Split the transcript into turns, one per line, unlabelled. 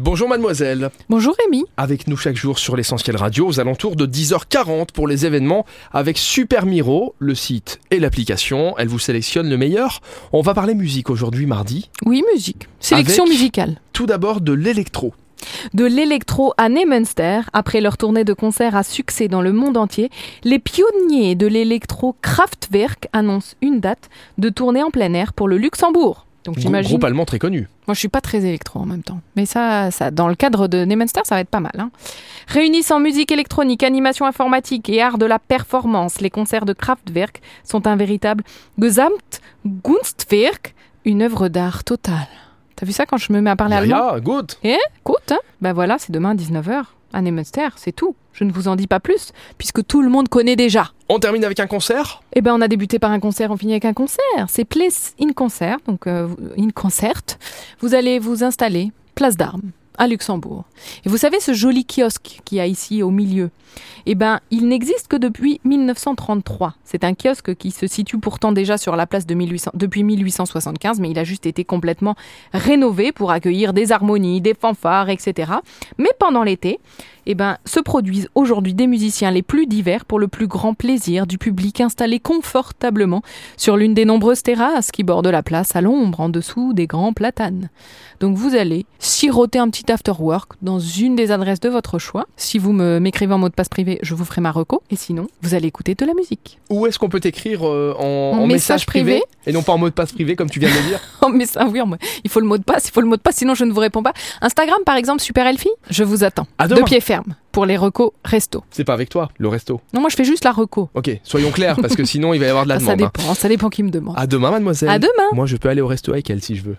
Bonjour mademoiselle.
Bonjour Rémi.
Avec nous chaque jour sur l'essentiel radio aux alentours de 10h40 pour les événements avec Super Miro, le site et l'application. Elle vous sélectionne le meilleur. On va parler musique aujourd'hui mardi.
Oui, musique. Sélection
Avec-
musicale.
Tout d'abord de l'électro.
De l'électro à Neumünster, après leur tournée de concerts à succès dans le monde entier, les pionniers de l'électro Kraftwerk annoncent une date de tournée en plein air pour le Luxembourg. Donc
Grou-
j'imagine.
Groupe allemand très connu.
Moi, je suis pas très électro en même temps, mais ça, ça, dans le cadre de Neumünster, ça va être pas mal. Hein. Réunissant musique électronique, animation informatique et art de la performance, les concerts de Kraftwerk sont un véritable Gesamtkunstwerk, une œuvre d'art totale. T'as vu ça quand je me mets à parler allemand
Maria, good.
Écoute, hein, ben voilà, c'est demain 19h à Neumünster, c'est tout. Je ne vous en dis pas plus, puisque tout le monde connaît déjà.
On termine avec un concert.
Eh ben, on a débuté par un concert, on finit avec un concert. C'est Place in Concert, donc euh, in concert. Vous allez vous installer, place d'armes, à Luxembourg. Et vous savez ce joli kiosque qu'il y a ici au milieu Eh ben, il n'existe que depuis 1933. C'est un kiosque qui se situe pourtant déjà sur la place de 1800 depuis 1875, mais il a juste été complètement rénové pour accueillir des harmonies, des fanfares, etc. Mais pendant l'été, eh ben, se produisent aujourd'hui des musiciens les plus divers pour le plus grand plaisir du public installé confortablement sur l'une des nombreuses terrasses qui bordent la place à l'ombre en dessous des grands platanes. Donc vous allez siroter un petit after work dans une des adresses de votre choix. Si vous me m'écrivez en mot de passe privé, je vous ferai ma reco. Et sinon, vous allez écouter de la musique.
Où est-ce qu'on peut t'écrire euh, en, en
message privé.
et non pas en mot de passe privé comme tu viens de le dire
Oh mais ça, oui, oh, mais il faut le mot de passe, il faut le mot de passe, sinon je ne vous réponds pas. Instagram par exemple, Super Elfie, je vous attends.
À
De
demain.
pied ferme pour les recos resto.
C'est pas avec toi, le resto.
Non, moi je fais juste la reco.
Ok, soyons clairs parce que sinon il va y avoir de la
Ah, ça
demande. hein.
dépend, ça dépend qui me demande.
À demain mademoiselle.
À demain.
Moi je peux aller au resto avec elle si je veux.